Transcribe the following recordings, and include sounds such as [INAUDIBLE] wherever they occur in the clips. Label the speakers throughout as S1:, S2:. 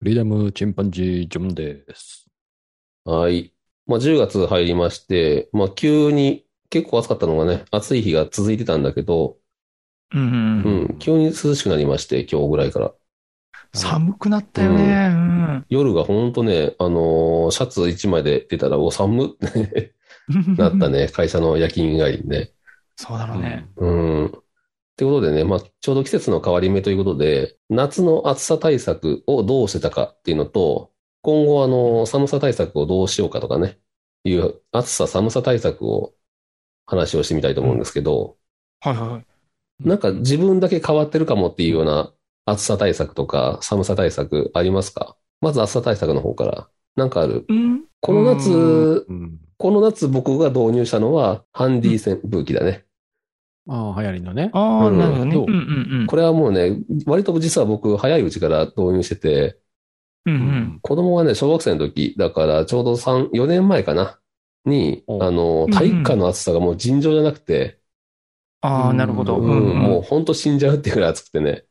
S1: フリーダムチンパンジージョンです。
S2: はい。まあ、10月入りまして、まあ、急に結構暑かったのがね、暑い日が続いてたんだけど、
S3: うんうんうん
S2: うん、急に涼しくなりまして、今日ぐらいから。
S3: 寒くなったよね。うん
S2: 夜がほんとね、あのーシャツ1枚で出たら、お、寒っってなった。 [LAUGHS] ね。会社の夜勤帰りにね。
S3: [LAUGHS] そうだろうね。
S2: うん。ってことでね、まあ、ちょうど季節の変わり目ということで、夏の暑さ対策をどうしてたかっていうのと、今後、あの、寒さ対策をどうしようかとかね、いう暑さ、寒さ対策を話をしてみたいと思うんですけど、
S3: はいはいはい。
S2: なんか自分だけ変わってるかもっていうような暑さ対策とか寒さ対策ありますかまず暑さ対策の方から。なんかある。
S3: うん。
S2: この夏、
S1: うん。
S2: この夏僕が導入したのは、ハンディ扇風機だね。
S1: ああ、流行りのね。
S3: ああ、
S2: うん
S3: なるほどね。
S1: どう
S3: うんうんうん。
S2: これはもうね、割と実は僕、早いうちから導入してて、
S3: うんう。。
S1: うん
S2: 子供がね、小学生の時、だからちょうど3、4年前かな、に、
S1: お
S2: あの、体育館の暑さがもう尋常じゃなくて、
S3: ああ、なるほど。
S2: う、
S3: うんんうん。
S2: もうほんと死んじゃうっていうぐらい暑くて
S3: [LAUGHS]
S2: ね、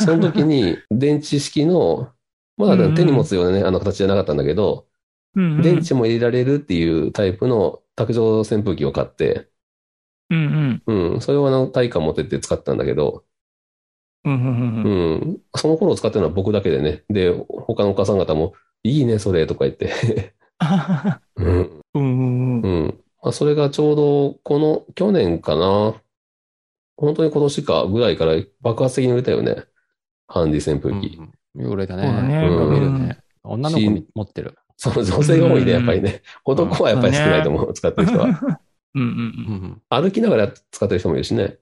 S2: その時に電池式の、まだ
S3: うんう
S2: ね
S3: ん
S2: 手に持つようなね、あの形じゃなかったんだけど、
S3: うんうん
S2: 電池も入れられるっていうタイプの卓上扇風機を買って、
S3: うんうん。
S2: うん、それをあの、体育館持ってって使ったんだけど、
S3: うんうんうん。
S2: うん。その頃使ってるのは僕だけでね。で、他のお母さん方も、いいね、それ、とか言って。うん。
S3: [LAUGHS] うんうんうん。
S2: うん。まあ、それがちょうど、この、去年かな。本当に今年かぐらいから爆発的に売れたよね。ハンディ扇風機。
S1: うん。売れたね。
S3: そうだね
S1: うん
S2: うん
S1: 売れるね。女の子に持ってる。
S2: その女性が多いね、やっぱりね。男はやっぱり少ないと思う、使ってる人は。
S3: うんう
S1: うんん。
S2: 歩きながら使ってる人もいるしね。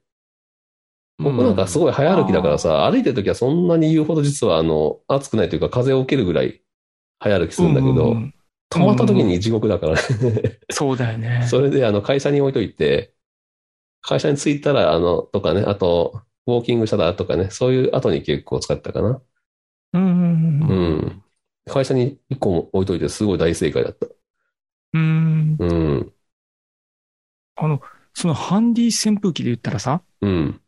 S2: 僕なんかす
S1: い。
S2: ごい早歩きだからさ、歩いてる時はそんなに言うほど実はあの、暑くないというか風を受けるぐらい早歩きするんだけ
S3: う
S2: ど
S3: う、ん
S2: 止まった時に地獄だからね。
S3: そうだよね。
S2: [LAUGHS] それで、あの、会社に置いといて、会社に着いたら、あの、とかね、あと、ウォーキングしたらとかね、そういう後に結構使ったかな。
S3: うんうんうん
S2: う
S3: うん
S2: ん。会社に1個も置いといて、すごい大正解だった。
S3: うん。
S2: うん。
S3: そのハンディ扇風機で言ったらさ、
S2: うん。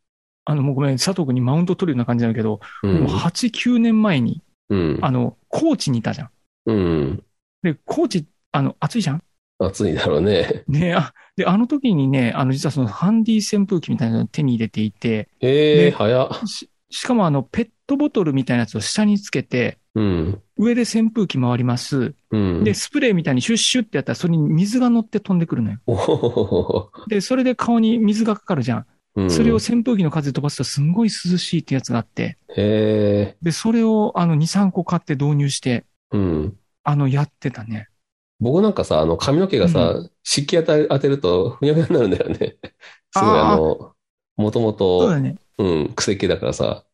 S3: あの、もうごめん、佐藤君にマウント取るような感じなんだけど、
S2: う。
S3: もうん8、9年前に、
S2: うん。
S3: あの、高知にいたじゃん。
S2: うん。
S3: で、高知、あの、暑いじゃん
S2: 暑いだろうね。
S3: ねあ、で、あの時にね、あの、実はそのハンディ扇風機みたいなのを手に入れていて、
S2: ええ
S3: ね
S2: 早っ。
S3: し、しかもあの、ペットボトルみたいなやつを下につけて、
S2: うん。
S3: 上で扇風機回ります。
S2: うん。
S3: で、スプレーみたいにシュッシュってやったら、それに水が乗って飛んでくるのよ。
S2: おほほほほ
S3: で、それで顔に水がかかるじゃん。
S2: うん。
S3: それを扇風機の風で飛ばすとすんごい涼しいってやつがあって、
S2: ええ
S3: で、それをあの、2、3個買って導入して、
S2: うん。
S3: あの、やってたね。
S2: 僕なんかさ、あの、髪の毛がさ、
S3: う
S2: 湿気当た当てると、ふにゃふにゃになるんだよね。すごい、
S3: あー
S2: あの、もとも
S3: そう
S2: と
S3: だ、ね。
S2: うん、癖系だからさ、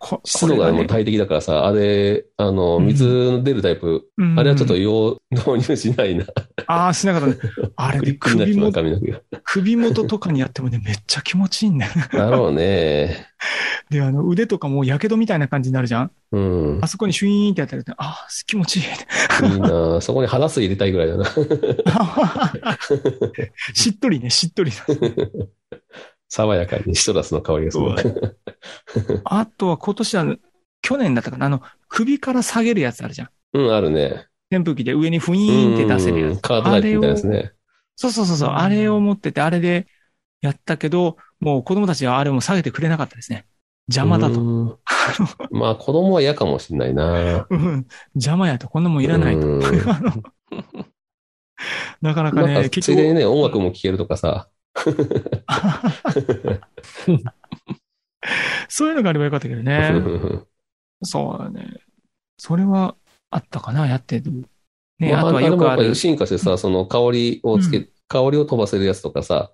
S3: こ
S2: 湿度がもう大敵だからさ、あれ、あの、
S3: うん
S2: 水の出るタイプ、あれはちょっと、用、導入しないな。
S3: ああ、しなかったね。あれ
S2: ク
S3: ね、
S2: リックになっ
S3: 首
S2: ちまう
S3: も
S2: 髪の毛が。
S3: 首元とかにやってもね、めっちゃ気持ちいいんだよね。
S2: だろうね。
S3: で、あの、腕とかもうやけどみたいな感じになるじゃん
S2: うん
S3: あ。そこにシュイーンってやったらね、ああ、気持
S2: [LAUGHS]
S3: ちいい。
S2: いいなそこに肌水入れたいぐらいだな。
S3: しっとりね、しっとり。
S2: 爽やかにシトラスの香りがする。
S3: あとは今年は、去年だったかな、あの、首から下げるやつあるじゃん。
S2: うん、あるね。
S3: 扇風機で上にフィ
S2: う
S3: ーンって出せるや
S2: ん、
S3: つ。
S2: カートライトみたいです
S3: あれを
S2: ね。
S3: そうそうそうそう、あれを持ってて、あれでやったけど、もう子供たちはあれも下げてくれなかったですね。邪魔だと。
S2: と。まあ、子供は嫌かもしれないな。
S3: うん邪魔やと、こんなもんいらないと。
S2: うん
S3: [LAUGHS] あのなかなか
S2: なん
S3: ね、
S2: か、ついでにね、音楽も聴けるとかさ。
S3: [LAUGHS] そういうのがあればよかったけど
S2: う [LAUGHS]
S3: ね。
S2: ん
S3: そうだね。それはあったかな、やってる。ね、
S2: ま
S3: あ
S2: あ
S3: とは
S2: あれ
S3: よ
S2: も
S3: く
S2: や
S3: あ
S2: っぱ
S3: る
S2: り。進化してさ、その香りをつけ、
S3: う
S2: 香りを飛ばせるやつとかさ、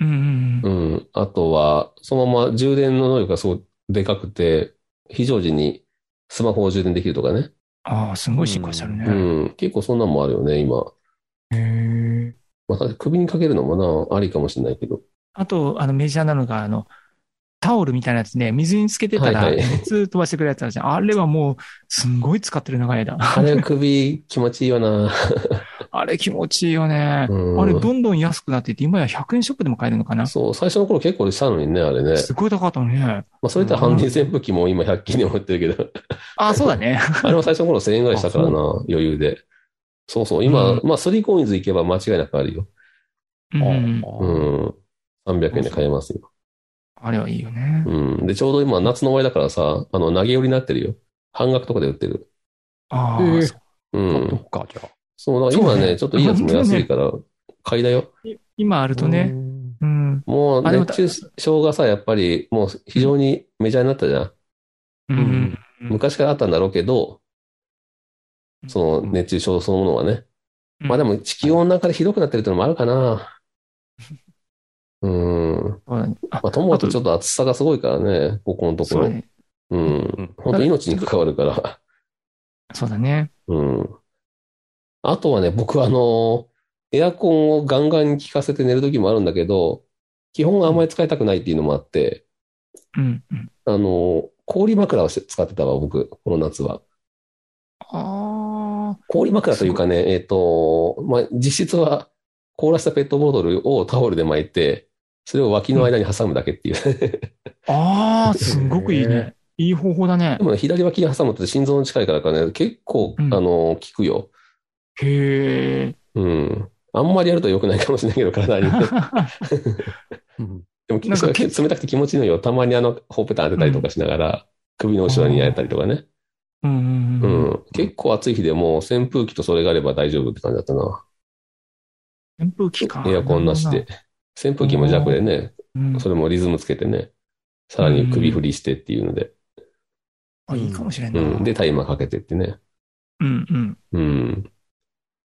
S3: うんうんう。
S2: うんん。あとは、そのまま充電の能力がすごいでかくて、非常時にスマホを充電できるとかね。
S3: ああ、すごい進化してるね。
S2: うん。結構そんなんもあるよね、今。
S3: へえ
S2: また首にかけるのもな、ありかもしれないけど。
S3: あと、あの、メジャーなのが、あの、タオルみたいなやつね、水につけてたら、
S2: はいはい
S3: 熱飛ばしてくれるやつあるじゃん。あれはもう、すんごい使ってる長い
S2: [LAUGHS]
S3: 間。
S2: あれ首気持ちいいよな。
S3: あれ気持ちいいよね。
S2: うん
S3: あれどんどん安くなっていて、今や100円ショップでも買えるのかな。す
S2: そう、最初の頃結構したのにね、あれね。
S3: ごい高かったのね。
S2: まあ、それとハンディ扇風機も今100均で持ってるけど、[LAUGHS]
S3: ああ、そうだね。
S2: あれも最初の頃1000円ぐらいしたからな、余裕で。そうそう、今、
S3: う
S2: まあ、スリーコインズ行けば間違いなくあるよ。 [LAUGHS]
S3: うん。
S2: うん。300円で買えますよ。
S3: あれはいいよね。
S2: うん。で、ちょうど今、夏の終わりだからさ、あの、投げ売りになってるよ。半額とかで売ってる。
S3: ああ、
S1: ええ
S3: そう
S2: う
S1: そ
S2: ん。
S1: っか、じゃあ。
S2: そう、だから今
S3: そう
S2: ね、
S3: ね
S2: ちょっといいやつも安いから、買いだよ。
S3: 今あるとね、うん。
S2: もう、
S3: あでも
S2: 熱中症がさ、やっぱり、もう非常にメジャーになったじゃん。
S3: うん。
S1: うん
S2: 昔からあったんだろうけど、
S3: うん
S2: その熱中症そのものはね。
S3: うん
S2: まあでも地球温暖化でひどくなってるってのもあるかな。うん。
S3: そうだねあ
S2: まあ、ともかくちょっと暑さがすごいからね、ここのとこ
S3: そうだ
S2: ろ。
S3: ね。
S2: うん。
S1: うん
S2: 本当命に関わるから。
S3: そうだね。
S2: うん。あとはね、僕はあの、エアコンをガンガンに効かせて寝る時もあるんだけど、基本あんまり使いたくないっていうのもあって、
S3: うん。うん
S2: あの、氷枕をし使ってたわ、僕、この夏は。
S3: ああ、
S2: 氷枕というかね、えっ、と、まあ、実質は凍らせたペットボトルをタオルで巻いて、それを脇の間に挟むだけっていう。
S3: ああ、すごくいいね。いい方法だね
S2: で。もね、左脇に挟むって心臓に近いからかね、結構、
S3: うん
S2: あの、効くよ。
S3: へ [LAUGHS] え。
S2: うん。あんまりやると良くないかもしれないけど、体に。
S1: うん
S2: でも、
S3: なん
S2: それ
S3: かけ
S2: 冷たくて気持ちいいのよ。たまにあの、ほっぺた当てたりとかしながら、首の後ろにやったりとかね。
S3: うんう
S2: うん
S3: うん。
S2: ん。結構暑い日でも、扇風機とそれがあれば大丈夫って感じだったな。
S3: 扇風機か。
S2: エアコンなしで。扇風機も弱でね、
S3: うん。
S2: それもリズムつけてね、さらに首振りしてっていうので、
S3: あ、いいかもしれん
S2: う、
S3: な。うんん
S2: で、タイマーかけてってね、
S3: うん。
S2: うん。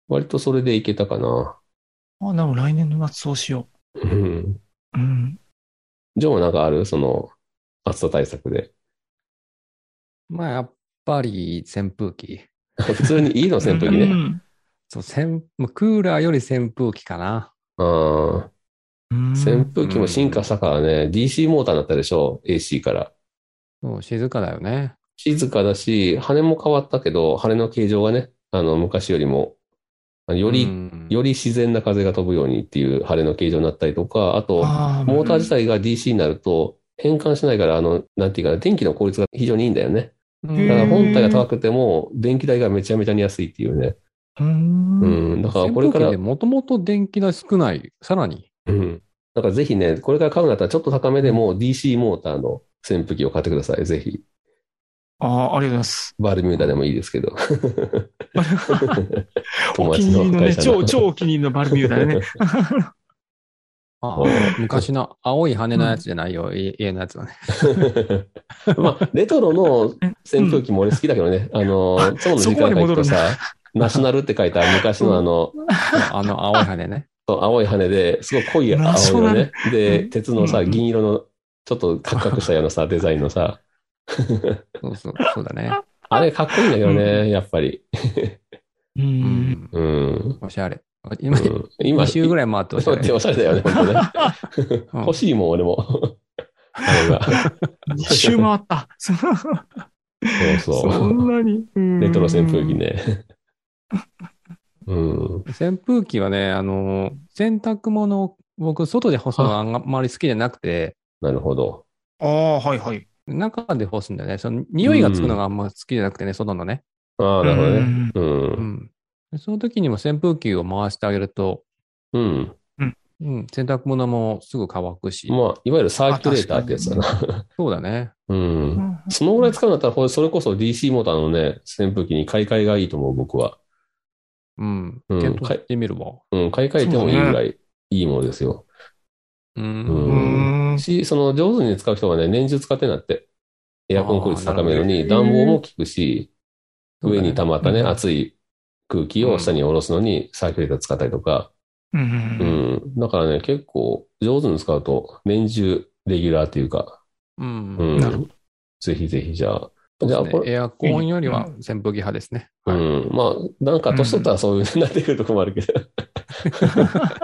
S2: 割とそれでいけたかな。
S3: あ、なお来年の夏そうしよ
S2: うん。
S3: う。うん。
S2: ジョーはなんかあるその、暑さ対策で。 [LAUGHS]
S1: まあ、やっぱり扇風機。
S2: 普通にいいの扇風機
S3: う
S2: ね。
S3: ん
S1: そう、扇まあクーラーより扇風機かな。
S2: あ
S3: うん。
S2: あ扇風機も進化したからね、DC モーターになったでしょ ?AC から。
S1: そう静かだよね。
S2: 静かだし、羽も変わったけど、羽の形状がね、あの、昔よりも、あのより、
S1: うん
S2: より自然な風が飛ぶようにっていう晴れの形状になったりとか、あと、
S3: あ
S2: モーター自体が DC になると、変換しないから、あの、なんていうかな、電気の効率が非常にいいんだよね。
S1: うん
S2: だから
S3: へー
S2: 本体が高くても、電気代がめちゃめちゃに安いっていうね。
S3: うん。
S2: う
S3: うん
S2: ん、だからこれから、
S1: もともと電気代少ない。さらに。
S2: うん。だからぜひね、これから買うんだったらちょっと高めでも DC モーターの扇風機を買ってください。ぜひ。
S3: ああ、ありがとうございます。
S2: バルミューダでもいいですけ
S3: [LAUGHS]
S2: ど。
S3: お気に入りのね、超、超お気に入りのバルミューダ
S2: [LAUGHS]
S3: でね。
S1: あ
S2: うん
S1: あ昔の青い羽のやつじゃないよ。い家のやつはね。
S2: まあ、レトロの扇風機も俺好きだけどね、あの、今日の時間が行くとさ、ナショナルって書いた昔のあの、
S1: あの青い羽ね。
S2: 青い羽で、すごい濃い
S3: ナシ
S2: 青
S3: ョ
S2: 色
S3: ナル
S2: ね。で、鉄のさ、
S3: うん
S2: 銀色の、ちょっとカクカクしたような
S3: [LAUGHS]
S2: さ、デザインのさ、
S1: そうそう、そうだね。
S2: あれかっこいいんだけどね、やっぱり。
S3: う。
S1: うんん。
S2: うん。
S1: おしゃれ。
S2: う
S1: 今、
S2: ん、今、
S1: 2週ぐらい回っておし
S2: そ
S1: ゃ
S2: うって
S1: れ。
S2: おしゃれだよね、本
S3: [LAUGHS]
S2: 当ね。
S1: うん
S2: 欲しいもん、俺も。あれが
S3: 一周回った。そ
S2: そうそ
S3: んなに。
S2: う。レトロ扇風機。ね。うん。
S1: 扇風機はね、あの、洗濯物を僕、外で干すのがあんまり好きじゃなくて、
S2: なるほど。
S3: ああ、はいはい。
S1: 中で干すんだよね。その、匂いがつくのがあんま好きじゃなくてね、外のね。
S2: ああ、なるほどね。う。
S1: うんん。その時にも扇風機を回してあげると、
S2: うん。
S1: うん、洗濯物もすぐ乾くし。
S2: まあ、いわゆるサーキュレーターってやつだな。
S1: そうだね。
S2: うん。そのぐらい使うんだったら、これそれこそ DC モーターのね、扇風機に買い替えがいいと思う、僕は。
S1: うん。
S2: うん
S1: 検討してみるわ。
S2: うん、買い替えてもいいぐらいいいものですよ。
S1: う。
S3: う
S2: ん
S3: んん。
S2: し、その上手に使う人がね、年中使ってなって。エアコン効率高めるのに、
S3: あーなる
S2: 暖
S3: ほどね
S2: 房も効くし、上に溜まったね、
S3: うん
S2: 熱い空気を下に下ろすのにサーキュレーター使ったりとか。
S3: う。
S2: うんん。だからね、結構上手に使うと、年中レギュラーっていうか、
S1: うん。
S2: う
S3: なるほ
S2: ん。ぜひぜひ、じゃあ、
S1: そ
S2: じ
S1: うで
S2: ゃ
S1: す
S2: あ
S1: ね
S2: これ、
S1: エアコンよりは扇風機派ですね。はい
S2: うん。まあ、なんか年取ったらそういう、なってくるとこもあるけ
S1: [LAUGHS]
S2: ど。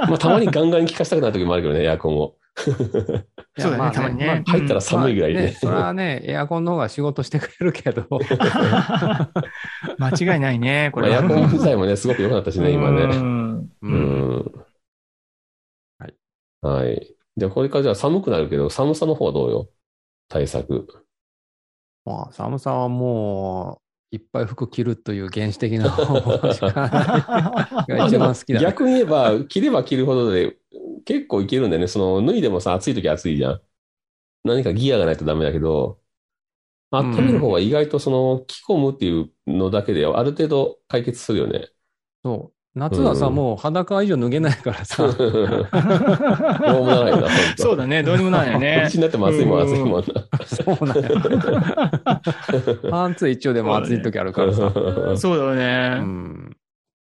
S2: まあ、たまにガンガン効かしたくなる時もあるけどね、エアコンを。
S3: そうだね
S1: いやまあ
S3: たまにね
S1: まあ
S2: 入ったら寒いぐらい
S1: まあ
S2: で
S1: ね。それはね、 [LAUGHS] エアコンの方が仕事してくれ
S2: [LAUGHS]
S1: るけど、
S3: 間違いないね、こ
S2: まあ、
S3: れ
S2: エ
S3: は。
S2: アコン自体もね、すごく良くなったしね、今
S3: う
S2: ね。
S3: ん [LAUGHS]
S1: う
S2: うんん。
S1: はい。
S2: はい。じゃあ、これからじゃあ寒くなるけど、寒さの方はどうよ対策。
S1: まあ、寒さはもう、いっぱい服着るという原始的な [LAUGHS] 方法しかないが一番好きだね。
S2: 逆に言えば、着れば着るほどで、結構いけるんだよね。その、脱いでもさ、暑い時暑いじゃん。何かギアがないとダメだけど、温める方は意外とその、着込むっていうのだけで、ある程度解決するよ
S1: [LAUGHS]
S2: ね。
S1: そう。夏はさ、
S2: うん
S1: もう裸以上脱げないからさ、
S2: [LAUGHS] どうもならないな、本当
S3: そうだね、どうにもならない
S2: [LAUGHS] こ
S3: ね
S2: っち。になっても暑いもん、暑いもんな。
S1: そうなんよ。
S2: [LAUGHS]
S1: パンツ一丁でも暑い時あるからさ。
S3: そうだ
S1: う
S3: ね。
S1: ん、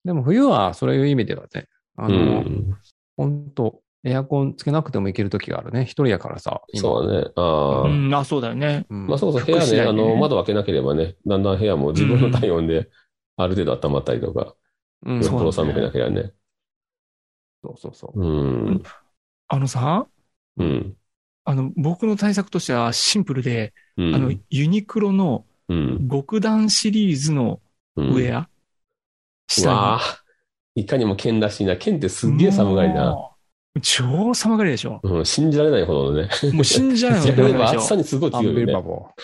S1: でも冬はそういう意味ではね、あ
S2: う
S1: の、
S2: ん。
S1: 本当エアコンつけなくてもいける時があるね。一人やからさ。今
S2: そうだね。ああ。
S3: うん、あ、そうだよね。
S1: うん
S2: まあ、そもそも部屋
S3: 服次
S2: ね、
S3: 第
S2: あ
S3: でね
S2: の、窓を開けなければね、だんだん部屋も自分の体温で、ある程度温まったりとか、
S1: うん
S2: よっ
S1: そ
S2: ぽ
S1: う
S2: ど寒くなければね。
S1: そうそう。
S2: うん。
S3: あのさ、
S2: うん。
S3: あの、僕の対策としてはシンプルで、
S2: うん。
S3: あの、ユニクロの
S2: うん、
S3: 極段シリーズの
S2: うん。
S3: ウェア、
S2: うわ
S3: 下
S2: あいかにも剣らしいな。剣ってす
S3: に。
S2: っげえ寒がりな。
S3: もう。超寒がりでしょ。
S2: うん、信じられないほどのね。 [LAUGHS]
S3: もう死んじゃうの
S2: 逆に言えば
S3: で
S2: 暑
S3: し
S2: さ
S3: ょ。
S2: にすごい
S1: アン
S2: 強
S1: ビ
S2: い
S1: リバ
S2: よね。
S1: ボ
S3: [LAUGHS]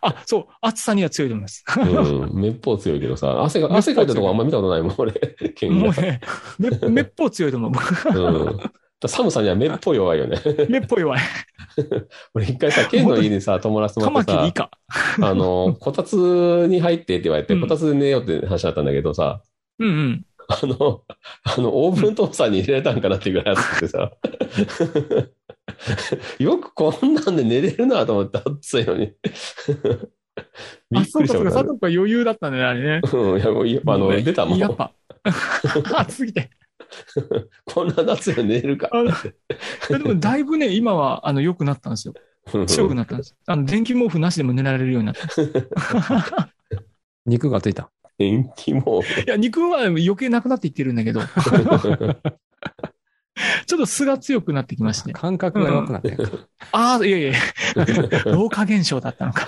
S3: あ、そう、暑さには強いと思います。
S2: うん、めっぽう強いけどさ、汗が、汗かいたとこあんま見たことないもん、俺、剣
S3: も
S2: が
S3: う。ね、め、めっぽう強い
S2: [LAUGHS]
S3: と思
S2: う
S3: う。
S2: ん。だから寒さにはめっぽう弱いよね。 [LAUGHS]
S3: めっぽう弱い。
S2: 俺一回さ、剣の家にさ、友達と
S3: カ
S2: もらっ
S3: マキ
S2: てさ
S3: リ以、下。
S2: あの、こたつに入ってって言われて、
S3: うん
S2: こたつで寝ようって話だったんだけどさ、
S3: うんうん。
S2: あの、あの、オーブントースターに入れられたんかなっていうぐらい暑くてさ、よくこんなんで寝れるなと思って、暑いのに。び
S3: [LAUGHS] あ、
S2: っく
S3: そう
S2: りした
S3: か、そう
S2: こと
S3: か、
S2: ある。
S3: 佐藤君は余裕だったんだね、あれね。
S2: うん、いや、もうやっぱあの、出たもん。
S3: やっぱ。 [LAUGHS] 暑すぎて。
S2: こんな夏で寝れるか。
S3: あのでも、だいぶね、今は、あの、良くなったんですよ。強くなっ
S2: [LAUGHS]
S3: たんです。あの、電気毛布なしでも寝られるようになった。
S1: ー。肉がついた。
S2: 天気 [LAUGHS] も。
S3: いや、肉は余計なくなっていってるんだけど、ち [LAUGHS] ょっと素が強くなってきまして。
S1: 感覚が弱くなってるから。
S3: ああ、いやいや、 [LAUGHS] 老化現象だったのか。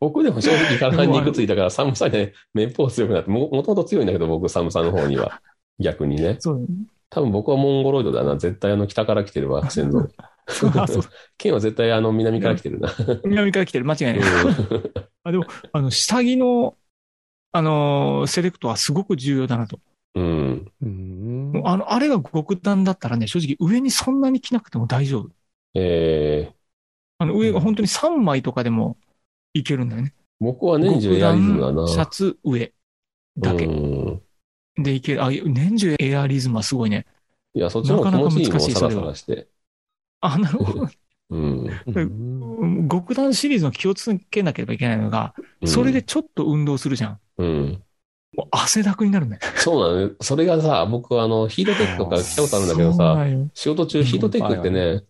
S2: 僕でも正直体に肉ついたから寒さでめっぽう強くなって、ももともと強いんだけど、僕寒さの方には。逆にね。
S3: そう。 [LAUGHS]
S2: 多分僕はモンゴロイドだな。絶対あの北から来てるわ、先
S3: [LAUGHS]
S2: 祖。
S3: あそう
S2: 剣は絶対あの南から来てるな。
S3: 南から来てる。間違いない。あでも、あの、下着の、あのーセレクトはすごく重要だなと。
S2: うん。
S1: うん
S3: もうあの、あれが極端だったらね、正直上にそんなに着なくても大丈夫。
S2: えー、
S3: あの、上が本当に3枚とかでもいけるんだよね。
S2: 僕は年中エアリズムだな。
S3: シャツ上だけ
S2: うん。
S3: でいける。あ、年中エアリズムはすごいね。
S2: いや、そっちの方が気持ちいいもん、サラサラして。
S3: あ、なるほど。
S2: うん。
S1: うん
S3: うん [LAUGHS] 極端シリーズの気をつけなければいけないのが、
S2: うん
S3: それで、ちょっと運動するじゃん。
S2: うん。
S3: もう汗だくになるね。
S2: そうなの、ね、それがさ、僕あの、ヒートテックとか来たことあるんだけど
S3: そう
S2: さ、
S3: なんよ
S2: 仕事中ヒートテックってね、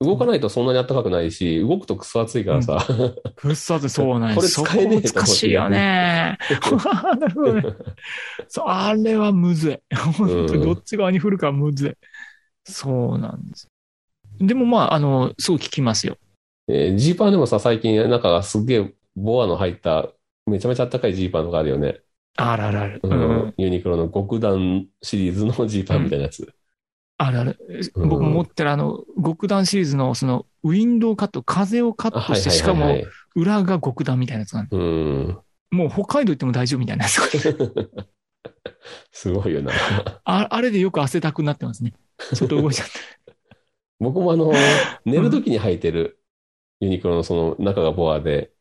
S2: 動かないとそんなに暖かくないし、動くとクソ暑いからさ、
S3: ふっさとそうなんよ
S2: これ使
S3: そ
S2: えね
S3: こ
S2: えと
S3: 難しいよね。 [LAUGHS] なるほ
S2: [LAUGHS]
S3: どね。そう、あれはむずい。本当にどっち側に振るかむずい。そうなんです。でもまあ、あの、すごい聞きますよ。
S2: [LAUGHS] えージーパンでもさ、最近なんかすっげえボアの入った、めちゃめちゃ暖かいジーパンとかあるよね。
S3: あるあるある。
S2: う
S3: うんん。
S2: ユニクロの極段シリーズのジーパンみたいなやつ。
S3: あるある。
S2: うん
S3: 僕も持ってるあの、極段シリーズのその、ウィンドウカット、風をカ
S2: あ
S3: ット
S2: はい
S3: して、
S2: はい
S3: しか
S2: はいは
S3: も
S2: い。
S3: 裏が極段みたいなやつがあ
S2: う
S3: る。
S2: ん。
S3: もう北海道行っても大丈夫みたい
S2: [LAUGHS]
S3: なやつがある
S2: すごいよな。 [LAUGHS]
S3: ああれでよく汗だくになってますね。ちょっと動いちゃって。
S2: 僕もあの、寝るときに履いてるユニクロのその中がボアで、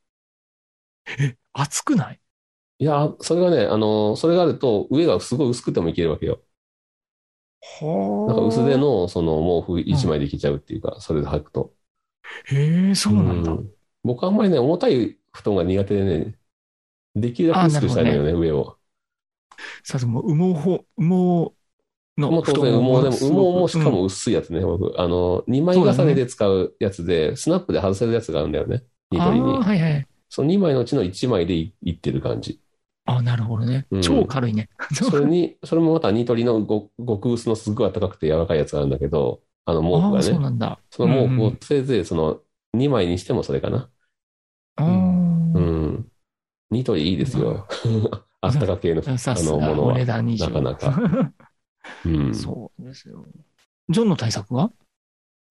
S3: 暑くない
S2: いや、それがね、あの、それがあると、上がすごい薄くてもいけるわけよ。
S3: は
S2: なんか薄手
S3: の。
S2: の、その毛布一枚でいけちゃうっていうか、それで履くと。
S3: へえ、そうなんだ
S2: う。ん僕あんまりね、重たい布団が苦手でね、できるだけ薄くしたいのよね、上を。
S3: さあ、もう羽毛法、羽毛の
S2: もう当
S3: 布団
S2: 然
S3: が
S2: 羽毛でも、
S3: す
S2: 羽
S3: ごく
S2: 毛もしか
S3: うん
S2: も薄いやつね、僕。あの、2枚重ねで使うやつで、スナップで外せるやつがあるんだよね、ニトリ
S3: あ
S2: に
S3: ー。はいはい。
S2: その2枚のうちの1枚でいいってる感じ。
S3: あ、なるほどね
S2: う。ん
S3: 超軽いね。
S2: それに、それもまたニトリのご極薄のすごい暖かくて柔らかいやつがあるんだけど、あの毛布
S3: あ
S2: が
S3: あ、
S2: ね。
S3: そう
S2: そ
S3: なんだ。
S2: の毛布
S3: うんう
S2: を
S3: ん
S2: せいぜいその2枚にしてもそれかな。
S3: ああ
S2: うん。ニトリいいですよ。 [LAUGHS] あったか系の
S3: さ
S2: あ
S3: す
S2: の
S3: が、
S2: もの
S3: お値
S2: は。
S3: 段20。
S2: なかなうん。
S3: そうですよ。ジョンの対
S2: [LAUGHS]
S3: 策は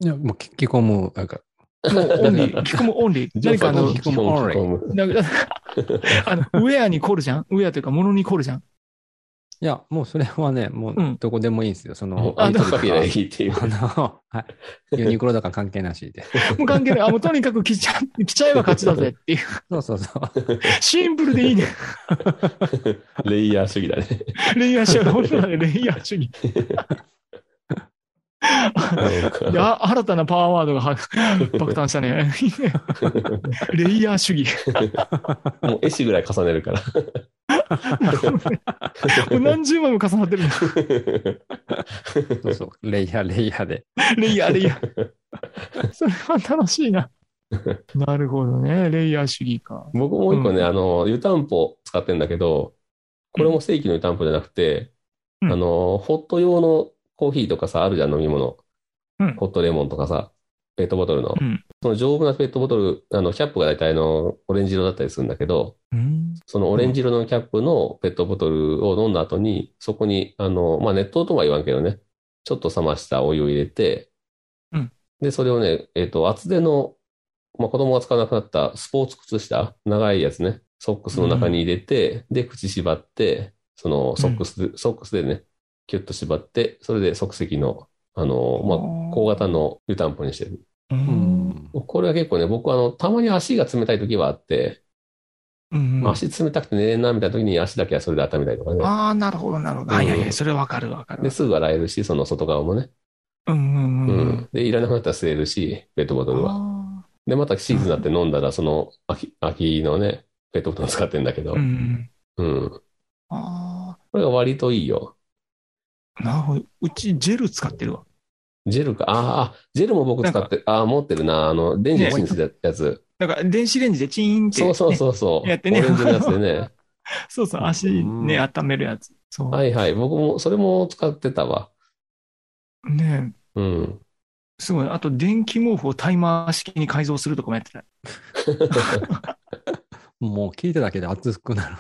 S3: い
S1: や、もう聞き込む、なんか、
S3: もうオンリー、聞くもオンリー。
S2: ジョン
S3: 何か
S2: さ
S3: あ
S2: ん
S3: の
S2: 聞、き込む聞き込む
S3: なんかあのウェアに凝るじゃんウェアというか、物に凝るじゃん
S1: いや、もうそれはね、も
S3: う
S1: うんどこでもいいんですよ。そ
S2: もう
S1: の、
S2: あ
S1: ア
S2: っ
S1: イ
S2: た
S1: ドル
S2: か
S1: とか
S2: けがいいっていう。
S1: あの、はい。ユニクロとか関係なしで。
S3: もう関係ない。あ、もうとにかく着ちゃ、着ちゃえば勝ちだぜっていう。
S1: そうそうそう。
S3: シンプルでいいね。
S2: レイヤー主義だ
S3: [LAUGHS]
S2: ね。
S3: レイヤー主義。本当だね、レイヤー主義。
S2: なんか
S3: いや、新たなパワーワード
S2: [LAUGHS]
S3: がは爆誕したね。レイヤー
S2: [LAUGHS]
S3: 主義。
S2: もう絵師ぐらい重ねるから。
S3: もう何十枚も重なってるんだ
S1: そうそう。レイヤー、レイヤーで。
S3: レイヤー、レイヤー。それは楽しいな。なるほどね。レイヤー主義か。
S2: 僕もう一個ね、
S3: うん
S2: あの、湯たんぽ使ってんだけど、これも正規の湯たんぽじゃなくて、
S3: うん
S2: あの、ホット用のコーヒーとかさ、あるじゃん、飲み物。
S3: うん
S2: ホットレモンとかさ、ペットボトルの。
S3: うん
S2: その丈夫なペットボトル、あの、キャップが大体あの、オレンジ色だったりするんだけど、
S3: うん。
S2: そのオレンジ色のキャップのペットボトルを飲んだ後に、そこに、あの、まあ、熱湯とは言わんけどね、ちょっと冷ましたお湯を入れて
S3: うん、
S2: で、それをね、えっと、厚手の、まあ、子供が使わなくなったスポーツ靴下、長いやつね、ソックスの中に入れて、で、口縛って、そのソックスで、ソックスでね、キュッと縛って、それで即席の、あの、まあ
S3: あー、
S2: 高型の湯たんぽにしてる。
S3: う。
S1: うんん。
S2: これは結構ね、僕はあの、たまに足が冷たい時はあって、
S3: うん、あ
S2: 足冷たくて寝れんなみたいな時に足だけはそれで温めたりとかね。
S3: あー、なるほど、なるほど。はいはいはい。それわかるわか
S2: で、
S3: る。
S2: すぐ洗えるし、その外側もね。
S3: うんうん
S2: う
S3: うんうん
S2: ん。で、いらなくなったら吸えるし、ペットボトルは。
S3: あ
S2: で、またシーズンになって飲んだら、その秋、秋のね、ペットボトル使ってんだけど
S3: ー。う。ん。
S2: うん。
S3: あ
S2: これが割といいよ。
S3: あ、なるほど。うちジェル使ってるわ。
S2: ジェルか。あああ、ジェルも僕使って、ああ、持ってるな。あの、レンジでチンするやつ。
S3: なんか電子レンジでチーンって、
S2: そうそうそうそう。
S3: ねやってね
S2: オレンジのやつで
S3: [LAUGHS]
S2: ね。
S3: そうそう、足ね、温めるやつ。そう。
S2: はいはい。僕も、それも使ってたわ。
S3: ね
S2: うん。 [LAUGHS]
S3: すごい。あと、電気毛布をタイマー式に改造するとかもやってた。
S1: もう聞いただけで熱くなる。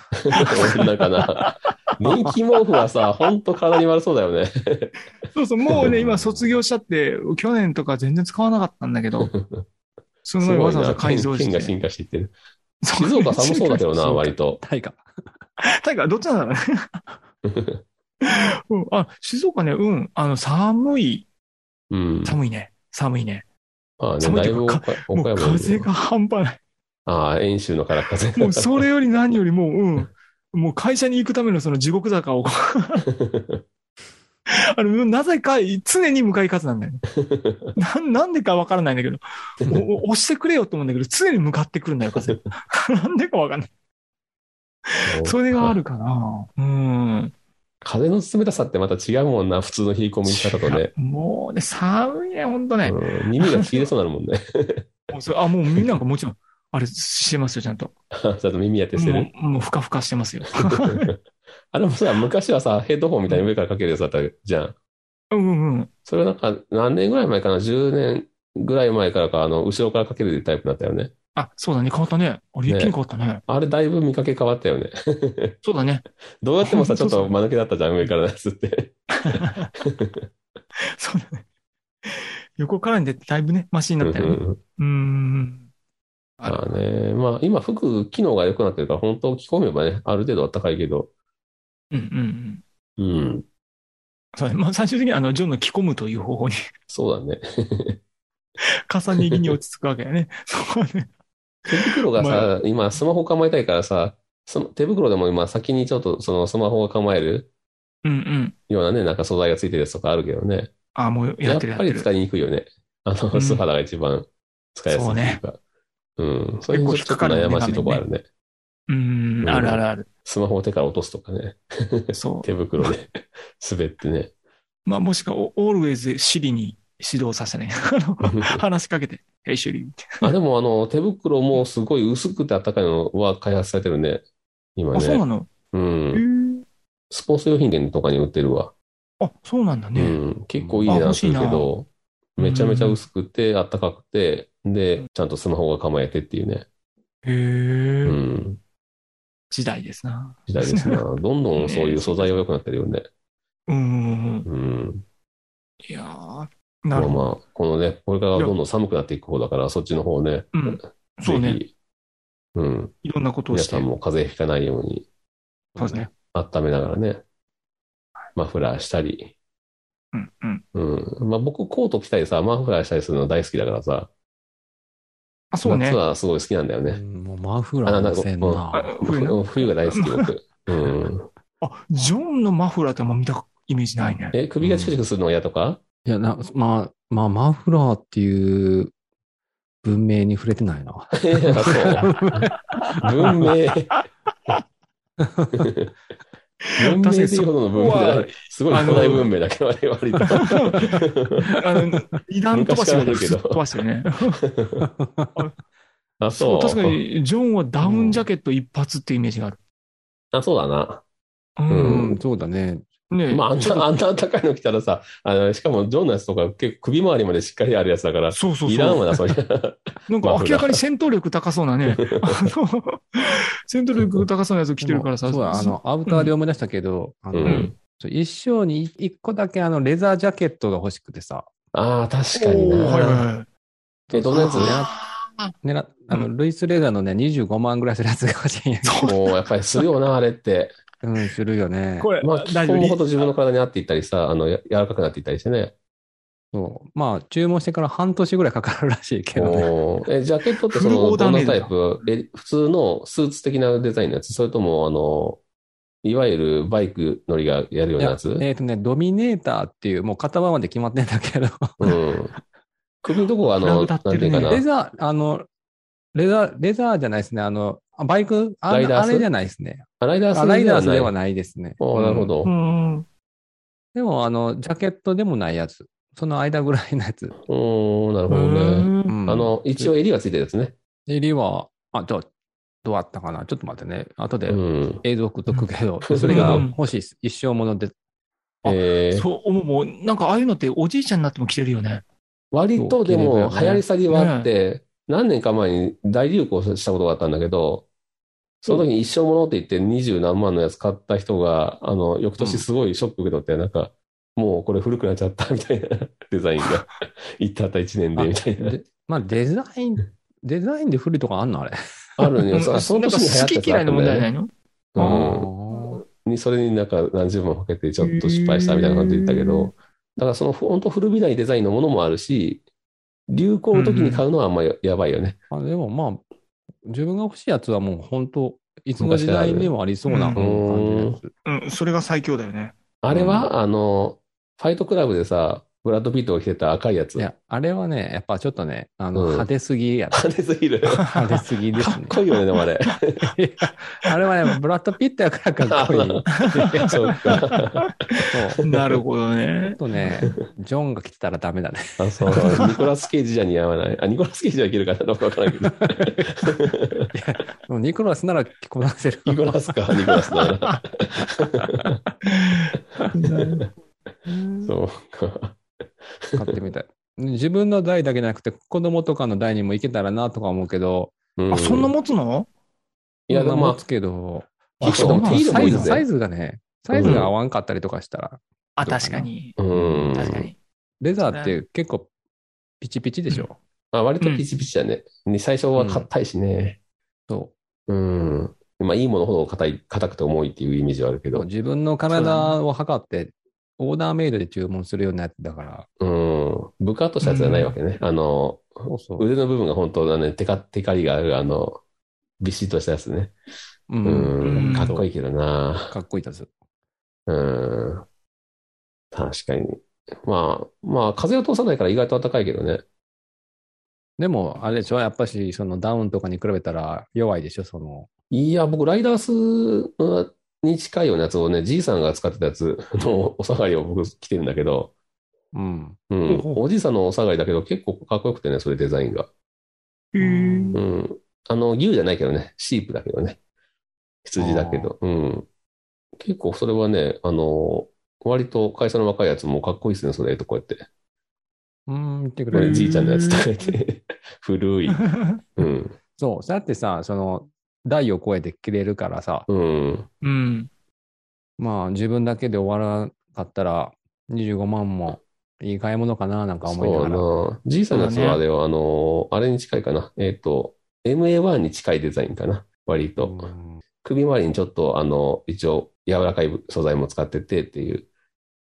S2: なんか
S3: [LAUGHS]
S2: な。電気毛布はさ、ほんと体に悪そうだよね。
S3: そう [LAUGHS] そう、もうね、今卒業しちゃって、去年とか全然使わなかったんだけ [LAUGHS] ど、すごいわざわざ改造
S2: 県
S3: し
S2: が
S3: て。
S2: 進化していってる。
S3: そう
S2: 静岡寒そう
S3: [LAUGHS]
S2: だけどな、割と。
S1: タイガー。
S3: タイガーどっちなんだろう [LAUGHS] ね。うん、あ、静岡ね、うん、あの、寒い、
S2: うん。
S3: 寒いね、寒いね。
S2: まあね、
S3: 寒い
S2: だ
S3: け
S2: い
S3: ど
S2: ぶ岡
S3: も
S2: 岡
S3: う
S2: 山です
S3: 風
S2: よ
S3: が半端ない。
S2: ああ、遠州のから風が。
S3: もうそれより何よりもう、うん、もう会社に行くためのその地獄坂を、あの、なぜか常に向かい風なんだよね。ななんでかわからないんだけど、おお押してくれよと思うんだけど、常に向かってくるんだよ、風。なんでかわかんない。それがあ。るかな。うん。
S2: 風の冷たさってまた違うもんな、普通の冷え込み方と
S3: [LAUGHS]
S2: ね。
S3: もうね、寒いね、ほんとね。
S2: うん耳が切れそうになるもんね。 [LAUGHS]
S3: もうそれあ、もうみんながもちろん、あれしてますよ、ちゃんと。
S2: ちょっと耳当てしてる
S3: も。う、もうふかふかしてますよ。
S2: [LAUGHS] あれもさ、昔はさ、ヘッドホンみたいに上からかけるやつだったじゃん。
S3: うんうんうん。
S2: それはなんか、何年ぐらい前かな ?10 年ぐらい前からか、あの、後ろからかけるタイプだったよね。
S3: あ、そうだね、変わったね。あれ、一気に変わったね。
S2: あれ、だいぶ見かけ変わったよね。
S3: そうだね。
S2: どうやってもさ、ちょっ
S3: そうそ
S2: と間抜けだったじゃん、上からのやつって。
S3: [LAUGHS] そうだね。横からに出てだいぶね、マシになったよね。うーん。あ
S2: まあね、まあ今、服、機能が良くなってるから、本当、着込めばね、ある程度暖かいけど、
S3: うんうんう
S2: う
S3: ん。
S2: ん、
S3: そうね。まあ、最終的にはあの、ジョンの着込むという方法に、 [LAUGHS]
S2: そうだね。
S3: 重ね着に落ち着くわけだね。 [LAUGHS] そうだね。
S2: 手袋がさ、
S3: ま
S2: 今、スマホ構えたいからさ、その手袋でも今、先にちょっとそのスマホが構える
S3: うんうん。
S2: ようなね、なんか素材がついてるやつとかあるけどね、
S3: あ、もうや
S2: や
S3: っ
S2: って
S3: るやっ
S2: ぱ
S3: て
S2: り
S3: る。
S2: 使いにくいよね。あ
S3: う
S2: の、
S3: ん
S2: 素肌が一番使いやすいっていうか。うん、それもちょっと悩ましいとこあるね。
S3: うん、あるあるある。
S2: スマホを手から落とすとかね、
S3: そう。
S2: 手袋で滑ってね。
S3: [LAUGHS] まあ、もしくは、オールウェイズシリに指導させてね。あの話しかけて。ヘイシュリーって。
S2: あ、でもあの、手袋もすごい薄くて暖かいのは開発されてるね。今ね。
S3: あ、そうなの
S2: うん。スポーツ用品店とかに売ってるわ。
S3: あ、そうなんだね。
S2: うん。結構いい値
S3: あ
S2: 段
S3: 欲
S2: す
S3: しい
S2: るけ
S3: な
S2: ど、
S3: うん
S2: めちゃめちゃ薄くて、暖かくて、で、ちゃんとスマホが構えてっていうね。
S3: へえ、
S2: うん。
S3: 時代ですな。
S2: 時代ですな。どんどんそういう素材は良くなってるよね。
S3: [LAUGHS] うんうんうん。
S2: うん。
S3: いやー、
S2: ま
S3: な
S2: あ
S3: るほど。
S2: まあ、このね、これからどんどん寒くなっていく方だから、そっちの方ね、
S3: うんそう
S2: ぜ
S3: ね。
S2: ひ、うん。
S3: いろんなことを
S2: 皆
S3: して。
S2: さんも風邪ひかないように、
S3: そうですね。
S2: 温めながらね、マフラーしたり、
S3: うんうん。
S2: うん。まあ僕、コート着たりさ、マフラーしたりするの大好きだからさ、
S3: あ、そうね
S2: 夏。はすごい好きなんだよ
S1: う
S2: ね。
S1: んもうマフラーのせん
S2: あ
S3: あ
S1: な。
S3: 冬ね
S2: ふ [LAUGHS] 冬が大好き、
S3: [LAUGHS]
S2: 僕。うん。
S3: あ、ジョンのマフラーってあんま見たイメージないね。
S2: え、首がチクチクするのが嫌とか [LAUGHS]
S1: いや、な、まあ、まあ、マフラーっていう文明に触れてないな。
S2: いや
S3: [LAUGHS]
S2: そう。文明。文明っていうほどの文明じゃない。すごい古代文明だけど、あれ割と。
S3: [LAUGHS] あの、二段飛ばしがね、
S2: 昔
S3: す
S2: からあ
S3: っ
S2: るけど
S3: [LAUGHS] 飛ばしてね。
S2: あ、
S3: そ、
S2: [LAUGHS] そうう。
S3: 確かに、ジョンはダウンジャケット一発ってイメージがある。
S2: あ、そうだな。
S3: う
S2: うん
S1: ん。そうだね。
S3: ね
S2: まあ、あん
S3: ちょっと
S2: な、あんな高いの着たらさ、あの、しかも、ジョンのやつとか、結構首周りまでしっかりあるやつだから、
S3: そうそうそう。
S2: いらんわな、そり
S3: [LAUGHS]
S2: ゃ。
S3: なんか明らかに戦闘力高そうな
S2: [LAUGHS]
S3: ね。あ [LAUGHS] の戦闘力高そうなやつ着てるからさ。
S1: そうだ、あの、アウターで思い出したけど、あ
S2: う
S1: の
S2: ん。
S1: ちょ一生に一個だけあの、レザージャケットが欲しくてさ、
S2: ああ、確
S3: お
S2: かに
S3: ーはいはい
S2: な。
S3: はい。
S2: え、どんなやつ
S1: ね、なあの、
S3: う
S1: ルイス・レザーのね、25万ぐらいするやつが欲しいんやけど
S3: そ
S2: も
S3: う。[LAUGHS]
S2: う、やっぱりするよな、あれって。
S1: [LAUGHS] うん、する
S2: [LAUGHS]
S1: よね。
S3: これ、
S2: まあ、
S3: 大
S2: 基
S3: 丈
S2: 本ほ
S3: 夫
S2: ど自分の体に合っていったりさ、あの、や柔らかくなっていったりしてね。
S1: そう。まあ、注文してから半年ぐらいかかるらしい
S2: [LAUGHS]
S1: けどね。
S2: おーえ、ジャケットってそ
S3: フルオ
S2: の、
S3: ーダ
S2: ど
S3: ー
S2: ん
S3: メ
S2: な
S3: イド
S2: タ
S3: だ
S2: イプえ、普通のスーツ的なデザインのやつそれとも、あの、いわゆるバイク乗りがやるよう
S1: い
S2: な
S1: や
S2: やつ
S1: えっとね、ドミネーターっていう、もう型番まで決まってんだ
S2: [LAUGHS]
S1: けど、
S2: うん。首のとこは、あ
S3: フラ
S2: の、
S3: グ
S2: な
S3: 立
S2: ん
S3: って
S2: てい
S3: る
S2: う
S3: ね
S2: かな
S1: レ。ザー、あの、レザー、レザーじゃないですね。あの、あバイクあ
S2: ライダース
S1: あれじゃないですね。
S2: あライダース。
S1: あライダースではいないですね。
S2: あーなるほ
S1: うん
S2: ど
S3: う。ん。
S1: でも、あの、ジャケットでもないやつ。その間ぐらいのやつ。
S2: うーん、なるほどね。
S3: う
S1: うんん
S2: あ、の、一応襟がついてるやつね。
S1: 襟は、あ、どう、どうあったかなちょっと待ってね。後で
S2: うん。
S1: 映像送っとくけど、それが
S3: うん
S1: 欲しいです。一生もので。
S3: あ
S2: えー
S3: そう、思うもう、なんかああいうのっておじいちゃんになっても着てるよね。
S2: 割とでも
S1: そう
S2: 流行り去りはあって、何年か前に大流行したことがあったんだけど、その時に一生ものって言って二十何万のやつ買った人が、あの、翌年すごいショック受け取って、なんか、もうこれ古くなっちゃったみたいな [LAUGHS] デザインが、いったった1年でみたいな。
S1: でまあ、デザイン、デザインで古いとかあんのあれ。
S2: [LAUGHS] あるの
S3: う
S2: よ。
S3: ん
S2: そそ
S3: な
S2: の
S3: んか
S2: 年に流行った
S3: 好
S2: やつがあ
S3: き嫌
S2: っ
S3: い
S2: た
S3: の
S2: ん
S3: 問
S2: だ
S3: 題
S2: よ
S3: ない
S2: ね。
S3: の
S2: うん。に、それになんか何十万かけてちょっと失敗したみたいな感じで言ったけ
S3: へー
S2: ど、だからその本当古びないデザインのものもあるし、流行の時に買うのはあんまややばいよね。
S1: あでもまあ、自分が欲しいやつはもう本当、いつの時代にもありそうな
S3: 昔
S1: 感
S3: か
S1: じ
S2: らある
S1: のやつ。
S3: うん、それが最強だよね。
S2: あれは、あの、ファイトクラブでさ、ブラッド・ピットが着てた赤いやつ。
S1: いや、あれはね、やっぱちょっとね、あの、
S2: うん
S1: 派手すぎや
S2: [LAUGHS]
S1: つ。
S2: 派手すぎる。か
S1: 派手すぎです
S2: っ
S1: ね。
S2: こいいよね、でもあ
S3: [LAUGHS]
S2: れ。
S1: いやあれはね、ブラッド・ピットやからかっこいい。
S2: [LAUGHS]
S1: そう
S2: そうか。
S1: ち
S3: なるほど
S1: ょ
S3: ね
S1: っ。とね、ジョンが来てたらダメだね。
S2: あそう。ニコラス・ケイジじゃ似合わない。あ、ニコラス・ケイジはいけるかなどうかわから
S3: [LAUGHS]
S2: ないけど。
S1: でもニコラスなら着こなせる。
S2: ニコラスか、ニコラスだ
S3: [LAUGHS]
S2: な。そうか。
S1: 買ってみたい。自分の代だけじゃなくて、子供とかの代にも行けたらなとか思うけど、
S2: う
S3: あ、そんな持つの
S2: いや、で
S1: まあ
S2: も
S1: 持
S2: ま
S1: つけど、
S2: あ、
S3: そんな
S2: そう、
S3: 手
S2: ティーも
S3: 入れもい
S1: サ
S3: い
S1: イ
S2: い
S1: ズ
S2: いぜ。
S1: サイズがね、サイズが合わんかったりとかしたら、
S3: あ、確かに。
S2: うん。
S3: 確かに。
S1: レザーって結構ピチピチでしょ。
S2: まあ、割とピチピチだね。に最初は硬いしね。
S1: そ
S2: うん。まあ、いいものほど硬い、硬くて重いっていうイメージはあるけ
S1: う。
S2: ど。
S1: 自分の体を測って、オーダーメイドで注文するようなやつだから。
S2: うん。部下としたやつじゃないわけね。あの、
S1: そうそ。
S2: 腕の部分が本当だね、テカ、テカリがある、あの、びっしりとしたやつね。
S1: う。
S2: うんん
S3: う、ん
S2: かっこいいけどな。
S1: かっこいいやつ。
S2: うん。確かに。まあ、まあ、風を通さないから意外と暖かいけどね。
S1: でも、あれでしょやっぱし、そのダウンとかに比べたら弱いでしょその。
S2: いや、僕、ライダースのに近いようなやつをね、じいさんが使ってたやつのお下がりを僕着てるんだけど、
S1: うん。
S2: うん。
S3: ほうほう
S2: おじいさんのお下がりだけど結構かっこよくてね、それデザインが。
S3: へー
S2: うん。あの、牛じゃないけどね、シープだけどね。羊だけど。うん。結構それはね、あの、割と会社の若いやつもかっこいいですね、それとこうやって。
S1: うん、言ってく
S2: こ
S1: れ
S2: れ
S1: る。
S2: じいちゃんのやつとか言って。 [LAUGHS] 古
S1: [LAUGHS]
S2: い。うん。
S1: そう。だってさ、その、代を超えて着れるからさ、
S2: うん。
S3: [LAUGHS]
S2: [LAUGHS]
S3: うん。
S1: まあ自分だけで終わらなかったら、25万もいい買い物かな、なんか思いな
S2: そう
S1: がら。
S2: な。じいさんのやつはあれは、あの、あれに近いかな。えっと、MA1 に近いデザインかな。割と。
S1: うん
S2: 首周りにちょっと、あの、一応、柔らかい素材も使っててっていう。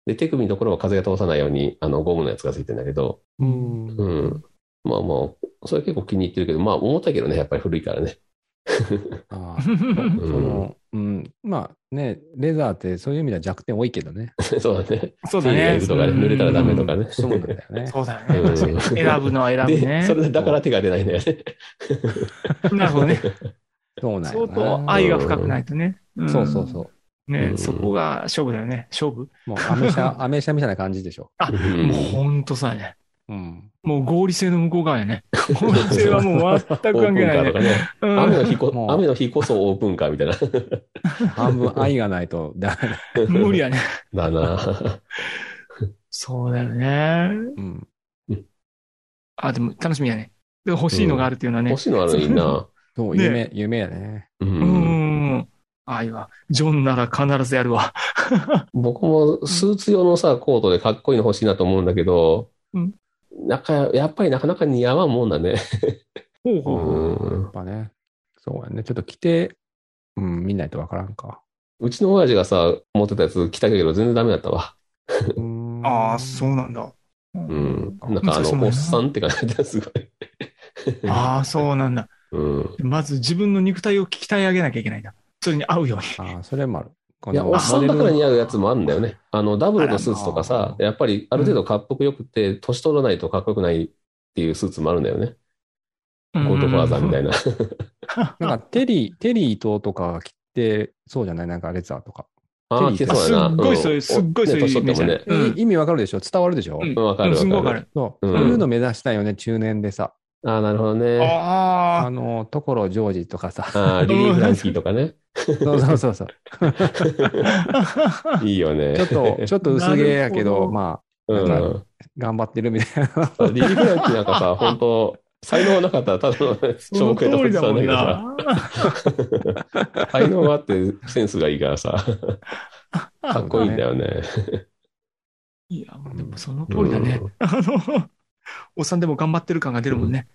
S2: で、手首のところは風が通さないように、あの、ゴムのやつがついてんだけど、
S1: うん
S2: うん。まあまあ、それ結構気に入ってるけど、まあ、重たいけどね、やっぱり古いからね。 [LAUGHS]
S1: ああその、うん、まあね、レザーってそういう意味では弱点多いけどね。
S2: そうだね。
S3: そう
S2: 手
S3: だ
S2: に入れ
S3: ね。
S2: るとかね、濡れたらダメとかね。
S1: そうなんだよ
S3: [LAUGHS]
S1: ね。
S3: そうだ
S2: う
S3: ね。
S2: ん
S3: 選ぶのは選ぶ
S2: で、
S3: ね
S2: そ。れだから手が出ないんだよね。
S3: なるほ
S2: [LAUGHS]
S3: どね。
S1: そうなん
S3: 相
S1: よ
S3: 当
S1: な
S3: 愛が深くないとね。ん
S1: そうそうそう。
S3: ね、
S2: うん
S3: そこが勝負だよね。勝負。
S1: もうアメ車、アメ車みたいな感じでしょ。
S2: うん
S3: もうほんとさね。 [LAUGHS]
S1: うん。
S3: もう合理性の向こう側や
S2: [LAUGHS]
S3: ね。合理性はもう全く
S2: オープ
S3: 関係
S2: ンカ
S3: ない
S2: ーとか
S3: ね。
S2: ね。
S3: うん
S2: 雨の日こ、
S1: もう
S2: 雨の日こそオープンカーみたいな。
S1: 半分愛がないとダメだ。
S3: 無理やね。
S2: だな
S3: そうだよね。
S1: うん。
S3: あ、でも楽しみやね。でも欲しいのがあるっていうのはね。
S2: 欲しいのあるのいいな。
S1: そう、
S3: ね
S1: 夢、夢やね。
S2: う
S3: う。ん。愛は、ジョンなら必ずやるわ。
S2: 僕もスーツ用のさ、コートでかっこいいの欲しいなと思うんだけど、
S3: うん
S2: なんか、やっぱりなかなか似合わんもんだね。
S3: ほう
S2: う
S3: ほう。
S1: や
S2: ん
S1: っ。ぱね。そうやね。ちょっと着て、うん、見ないとわからんか。
S2: うちの親父がさ、持ってたやつ着たけど全然ダメだったわ。
S3: ああ、そうなんだ。
S2: うん。なんかあ
S3: 難しいもん
S2: の、
S3: な
S2: おっさんって感じがすご
S3: [LAUGHS]
S2: い。
S3: ああ、そうなんだ。
S2: うん。
S3: まず自分の肉体を鍛え上げなきゃいけないんだ。それに合うように。
S1: あーそれもある。こ
S2: いや、
S1: の
S2: おっさんだから似合うやつもあるんだよ
S1: ね。
S2: ね。あの、ダブルのスーツとか
S1: あら
S2: さ
S1: ま、あ
S2: やっぱりある程度かっこよくて、年取らないとかっこよくないっていうスーツもあるんだよね。
S3: ゴ
S2: ゴールドファーザーみたいな。
S1: なんかテリー、テリー伊藤とかが着て、そうじゃないなんかレザーとか。
S2: [LAUGHS] ああ、着てそうやな。
S3: すっごいそういうんすっごいそうい
S2: ね
S3: う
S2: 年取ってもね。
S3: うん
S1: い意味わかるでしょ伝わるでしょ、
S3: うん
S2: うんわかるわかる
S3: すんごいわかる。
S1: そう。
S2: うん
S1: そういうの目指したいよね、中年でさ。
S2: ああ、なるほどね。
S3: あ
S1: [LAUGHS] あの、所ジョージとか
S3: [LAUGHS]
S1: さ。
S2: ああ、リリー・フランキーとかね。
S1: そうそうそうそう。
S3: あ。
S2: いいよね。
S1: ちょっと、
S2: [LAUGHS]
S1: ちょっと薄毛やけ
S3: なるほ
S1: ど、
S3: ど
S1: まあ、
S2: うん。
S1: 頑張ってるみたいな。
S2: リリー・フランキーなんか
S3: [LAUGHS]
S2: さ、本当才能なかったらただの
S3: そ
S2: 小
S3: の通
S2: 学生
S3: り
S2: と
S3: だ
S2: かだ
S3: もん
S2: けどさ、
S3: な。
S2: 才能があってセンスがいいから
S3: [LAUGHS]
S2: さ、かっこいいんだよね。
S3: いや、でもその通りだね。あの、おっさんでも頑張ってる感が出るもんね。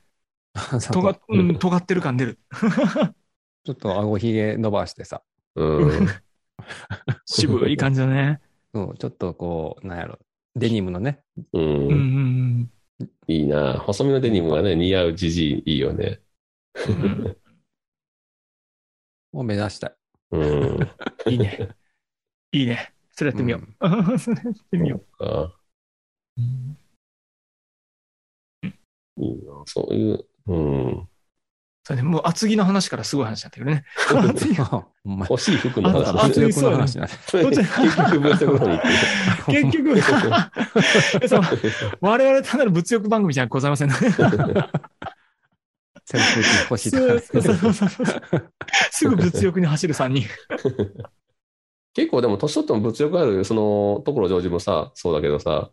S1: ち
S3: と
S1: ょ
S3: が、うん、 [LAUGHS] 尖ってる感出る。
S1: っと顎ひげ伸ばしてさ。
S2: うん。うん。
S3: 渋い感じだね。
S1: そうちょっとこう、なんやろ。デニムのね。
S2: う。
S3: うんん
S2: いいな。細身のデニムがね、似合うじじいいいよね。
S3: うんうん。
S1: を目
S3: [LAUGHS]
S1: 指したい。
S2: うん。
S3: うんいい
S1: [LAUGHS]
S3: ね。いいね。それやってみよ
S1: うん
S3: う。 [LAUGHS] それやってみよう。
S2: あいいな。そういう、うん。
S3: それね、もう厚着の話からすごい話だったけど
S1: [LAUGHS]
S3: ね。厚着
S1: お前、
S2: 欲しい服の
S1: なん
S2: 話
S1: か
S2: だね
S1: 圧力の話にな [LAUGHS] って
S2: [LAUGHS] 結局物欲の方に行って
S3: 結局、い [LAUGHS] やその我々単なる物欲番組じゃございま
S1: [LAUGHS]
S3: せんね。
S1: 扇風機欲しいと
S3: そうそう
S1: か。
S3: そうそうすぐ物欲に走る3人。
S1: [LAUGHS]
S2: 結構でも年取っても物欲ある、その、所ジョージもさ、そうだけどさ、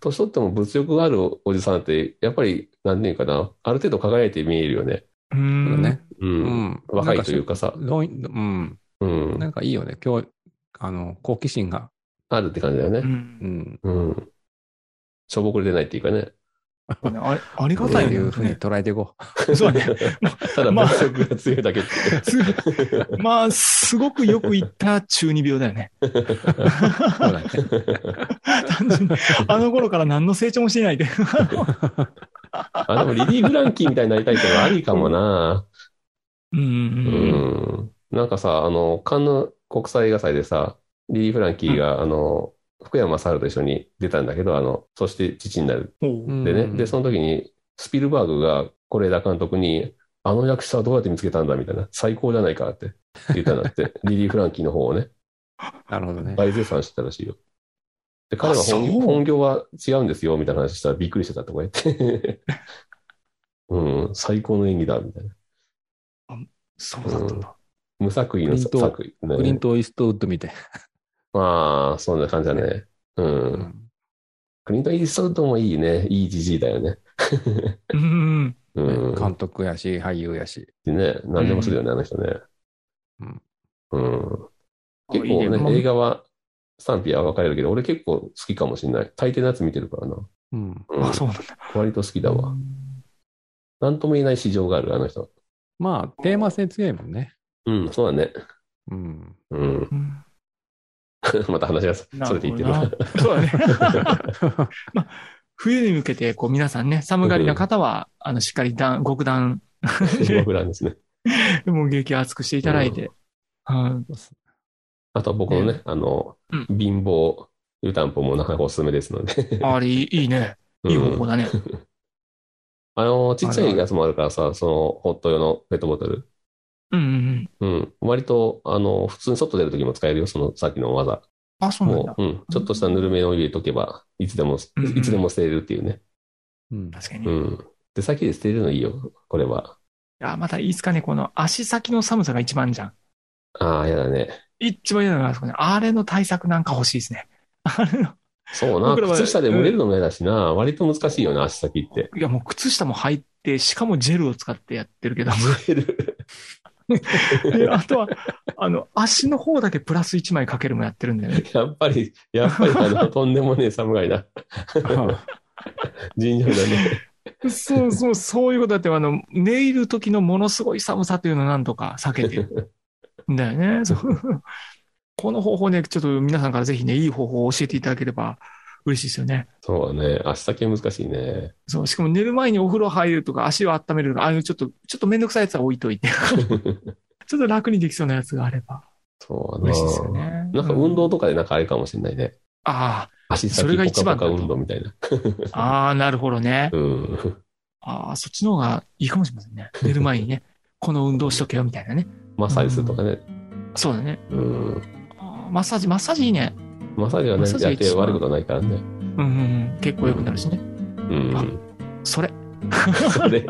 S2: 年取っても物欲があるおじさんって、やっぱり、なんていうかな、ある程度輝いて見えるよね。
S3: う
S1: そうだ
S3: ん。
S1: ね。
S2: う。
S1: うんん。
S2: 若いというかさ、
S1: どういうん。
S2: うん
S1: な。んかいいよね。今日、あの、好奇心が。
S2: あるって感じだよね
S3: う。。
S1: うんん。
S2: うん。しょぼくれてないっていうかね。
S3: そうだねあれあり
S1: そ
S3: が
S1: う
S3: たい
S1: い
S3: よ
S1: うふうに
S3: ね。
S1: 捉えていこ [LAUGHS]
S3: そうだね。
S2: ただ
S3: まあ
S2: 物欲が強いだけって。
S3: すまあ、すごくよく言った中二病だよね。
S1: う。そうだね。
S3: 単純に。あの頃から何の成長もしていないで。
S2: あ、でもリリー・フランキーみたいになりたいってのはありかもな。
S3: うん
S2: う
S3: うん
S2: ん。なんかさ、あの、カンヌ国際映画祭でさ、リリー・フランキーが、あの、福山雅治と一緒に出たんだけど、あの、そして父になる。
S3: ほう。
S2: でね、
S1: うん
S2: で、その時に、スピルバーグが、是枝監督に、あの役者はどうやって見つけたんだみたいな、最高じゃないかって言ったんだって、リリー・フランキーの方をね、
S1: なるほどね。
S2: 大絶賛してたらしいよ。で、彼は
S3: あ
S2: 本
S3: そう
S2: 本業は違うんですよ、みたいな話したらびっくりしてたとか言って。うん、最高の演技だ、みたいな。
S3: そうだったんだ。
S2: 無作為の
S1: プリント
S2: 作為、
S1: クリン
S2: ね。
S1: ト・イーストウッドみたい
S2: まあ、そんな感じだね。うん。
S1: な。
S2: クリント・イーストウッドもいいね。いいじじいだよね。
S3: うん。
S2: うん。
S1: 監督やし、俳優やし。
S2: でね、何でもするよね、あの人ね。
S1: うん。
S2: うん。結
S3: いい
S2: 構ね、
S3: まあ
S2: 映画は賛否は分かれるけど、俺結構好きかもしれない。大抵のやつ見てるからな。
S1: うん。
S2: うん
S3: あ、そうなんだ。
S2: 割と好きだわ。なんとも言えない市場がある、あの人。
S1: まあ、テーマ性強いもんね。
S2: うん、そうだね。
S1: [LAUGHS] うん。
S2: うん。 [LAUGHS]
S3: うん。
S2: また話がそれていってる
S3: な
S2: わ
S3: る。ほどなそうだね。 [LAUGHS] 冬に向けて、こう皆さんね、寒がりな方は、あの、しっかり暖、極暖、
S2: モ [LAUGHS] フランですね。
S3: もう激熱くしていただいて、はい
S2: あとは僕のね、
S3: ね
S2: あの、
S3: うん
S2: 貧乏湯たんぽもなかなかおすすめですの
S3: [LAUGHS]
S2: で。
S3: あれ、いいね。いい方
S2: う
S3: 法
S2: ん
S3: だね。
S2: あの、ちっちゃいやつもあるからさ、その、ホット用のペットボトル。
S3: うんうんうん。
S2: うん。割と、あの、普通に外出るときも使えるよ、そのさっきの技。
S3: あ、そうなん
S2: も
S3: だ。
S2: う、うん。ちょっとしたぬるめを入れとけば、いつでも、
S3: うんうん
S2: いつでも捨てれるっていうね。
S1: [LAUGHS] うん。
S3: 確か
S2: う
S3: に。
S2: ん。で、先で捨てれるのいいよ、これは。
S3: あ、またいつかね、この足先の寒さが一番じゃん。
S2: ああ、やだね。
S3: 一番嫌なのがあそこね。あれの対策なんか欲しいですね。あれの、
S2: そうな、
S3: 僕らは
S2: 靴下で蒸れるのも嫌だしな、割と難しいよな、足先
S3: [LAUGHS]
S2: って。
S3: いやもう靴下も履いて、しかもジェルを使ってやって
S2: [LAUGHS]
S3: るけど、
S2: 蒸れる。
S3: であとは、あの、足の方だけプラス1枚かけるもやってるんだよね。
S2: [LAUGHS] やっぱり、やっぱり、あ
S3: [LAUGHS]
S2: の、とんでもねえ寒がいな。尋常だね。
S3: そうそう、そういうことだって、あの、寝入る時のものすごい寒さというのをなんとか避けてる。だよ
S2: [LAUGHS]
S3: ね。そうこの方法ね、ちょっと皆さんからぜひね、いい方法を教えていただければ嬉しいですよね。
S2: そうね、足先は難しいね。
S3: そう、しかも寝る前にお風呂入るとか、足を温めるとか、ああいうちょっと、ちょっとめんどくさいやつは置い
S2: [LAUGHS]
S3: といて、ちょっと楽にできそうなやつがあれば
S2: そう
S3: 嬉しいですよ
S2: な。
S3: ね。
S2: なんか運動とかでなんかあれかもしれないね。
S3: あ
S2: 足先
S3: それが一
S2: ポカ
S3: 番
S2: ポ
S3: だ
S2: カ
S3: と
S2: 運動みたいな。
S3: あ、ああ、なるほどね。
S2: うん。
S3: ああ、そっちの方がいいかもしれませんね。寝る前にね、この運動しとけよみたいなね。
S2: マッサージするとかね。
S3: そうだね。
S2: うん。
S3: あーマッサージ、マッサージいいね。
S2: マッサージは
S3: マッ
S2: ね
S3: サー、ジが
S2: やっ
S3: 一番
S2: て悪いことないからね。
S3: うんうんうん。結構良くなるしね。
S2: うん。
S3: それ。
S2: そ
S3: [LAUGHS]
S2: れ。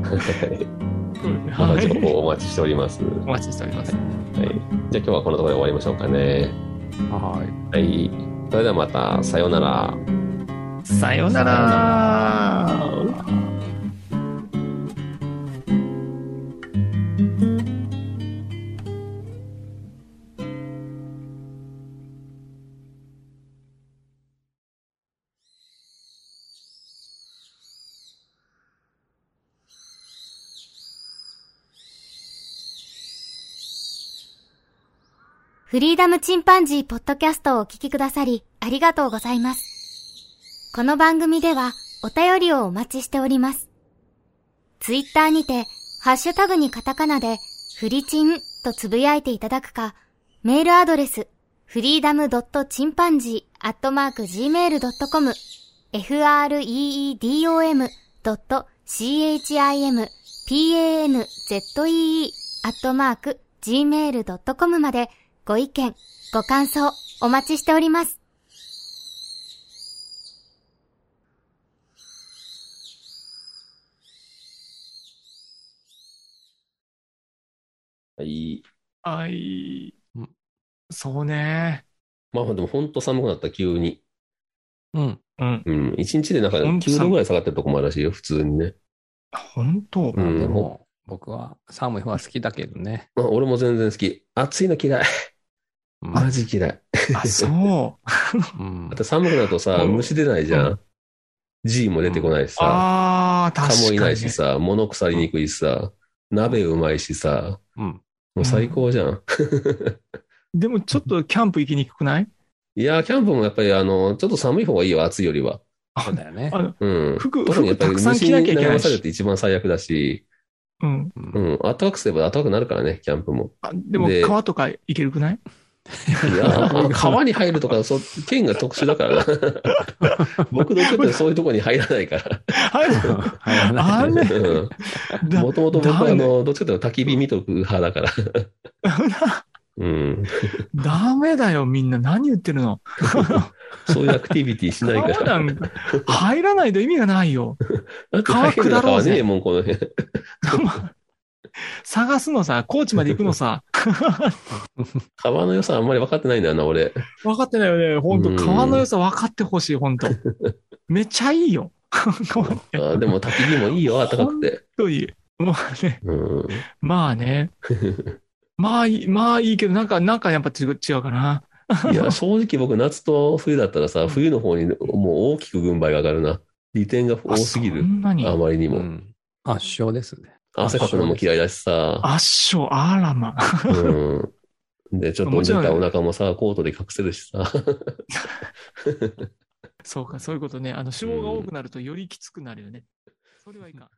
S2: また情
S3: はい
S2: 報お待ちしております。はい。
S3: お待ちしております。
S2: じゃあ今日はこのところで終わりましょうかね。
S1: はい。
S2: はい。それではまた、さようなら。
S3: さようなら。
S4: フリーダムチンパンジーポッドキャストをお聞きくださり、ありがとうございます。この番組では、お便りをお待ちしております。ツイッターにて、ハッシュタグにカタカナで、フリチンとつぶやいていただくか、メールアドレス、フリーダムドットチンパンジーアットマーク Gmail.com、freedom ドット chimpanzee アットマーク Gmail.com まで、ご意見、ご感想、お待ちしております。
S2: はい。
S3: はい
S1: うん。
S3: そうね。
S2: まあでも本当寒くなった急に。
S1: うん。
S3: うん。
S2: うん。一日でなんか
S3: ほんと寒い
S2: 9度ぐらい下がってるとこもあるらしいよ、普通にね。
S3: 本当
S2: う。ん
S1: でも、僕は寒い方が好きだけどね。
S2: まあ俺も全然好き。暑いの
S3: [LAUGHS]
S2: 嫌い。
S1: うん
S2: マジ嫌い。
S3: あ、
S2: [LAUGHS]
S3: そう。
S1: うん
S2: あと寒くなるとさ、
S3: うん
S2: 虫出ないじゃ。
S3: うん
S2: G も出てこないしさ、
S3: ああ、確
S2: 蚊
S3: かに。
S2: もいないしさ、物腐りにくいしさ、鍋うまいしさ、
S1: うん。
S2: もう最高じゃん。
S3: でもちょっとキャンプ行きにくくない
S2: いやー、キャンプもやっぱりあの、ちょっと寒い方がいいよ、暑いよりは。
S1: そうだよね。
S3: あの、
S2: うん。
S3: 服
S2: 特にやっぱり
S3: 服たくさん
S2: 虫
S3: 着
S2: に
S3: なきゃいけな
S2: 悩
S3: い
S2: ま
S3: し
S2: されるって一番最悪だし、
S3: うん。
S1: う
S2: うんん、暖かくすれば暖かくなるからね、キャンプも。
S3: あでも
S2: で
S3: 川とか行ける
S2: [LAUGHS]
S3: くない
S2: いや
S3: [LAUGHS]
S2: ー、川に入るとか、そ県が特殊だからな。僕のちょっとそういうとこに入らないから。
S3: はい。
S1: 入らな
S3: あ
S1: い
S3: れ
S2: うん
S3: だ
S2: もともと僕は
S3: だ
S2: あ
S3: ね [LAUGHS]
S2: の、どっちかというと焚き火見とく派だから。うん。
S3: ダメだよ、みんな。何言ってるの。
S2: そういうアクティビティしないから。
S3: 川なんか入らないと意味がないよ。
S2: だって大変だからねえもん、この辺。
S3: 探すのさ、高知まで行くのさ、
S2: 川の良さあんまり分かってないんだよな、
S3: [LAUGHS]
S2: 俺。
S3: 分かってないよね。
S2: う
S3: 本
S2: ん
S3: 当川の良さ分かってほし
S2: [LAUGHS]
S3: い、本当めちゃいいよ。 [LAUGHS] 川って
S2: あでも焚き火もいいよ、暖かくて。
S3: といい。もうね、
S2: うん。
S3: ま
S2: [LAUGHS]
S3: あね。まあいい、まあいいけど、なんか、なんかやっぱ違う違うかな。
S2: い
S3: [LAUGHS]
S2: や、正直僕、夏と冬だったらさ、冬の方にもう大きく軍配が上がるな。利点が多すぎ
S3: あそ
S2: る。
S3: んなに。
S2: あまりに
S1: う
S2: も。
S1: ん。圧勝ですね。
S2: 汗かくのも嫌いだしさ。
S3: 圧勝、あらま。
S2: うん。で、ちょっと
S3: も
S2: 出
S3: ちろん
S2: たお腹もさ、コートで隠せるしさ。 [LAUGHS]
S3: そうか、そういうことね。あの、脂肪が多くなるとよりきつくなるよね。それはいかん。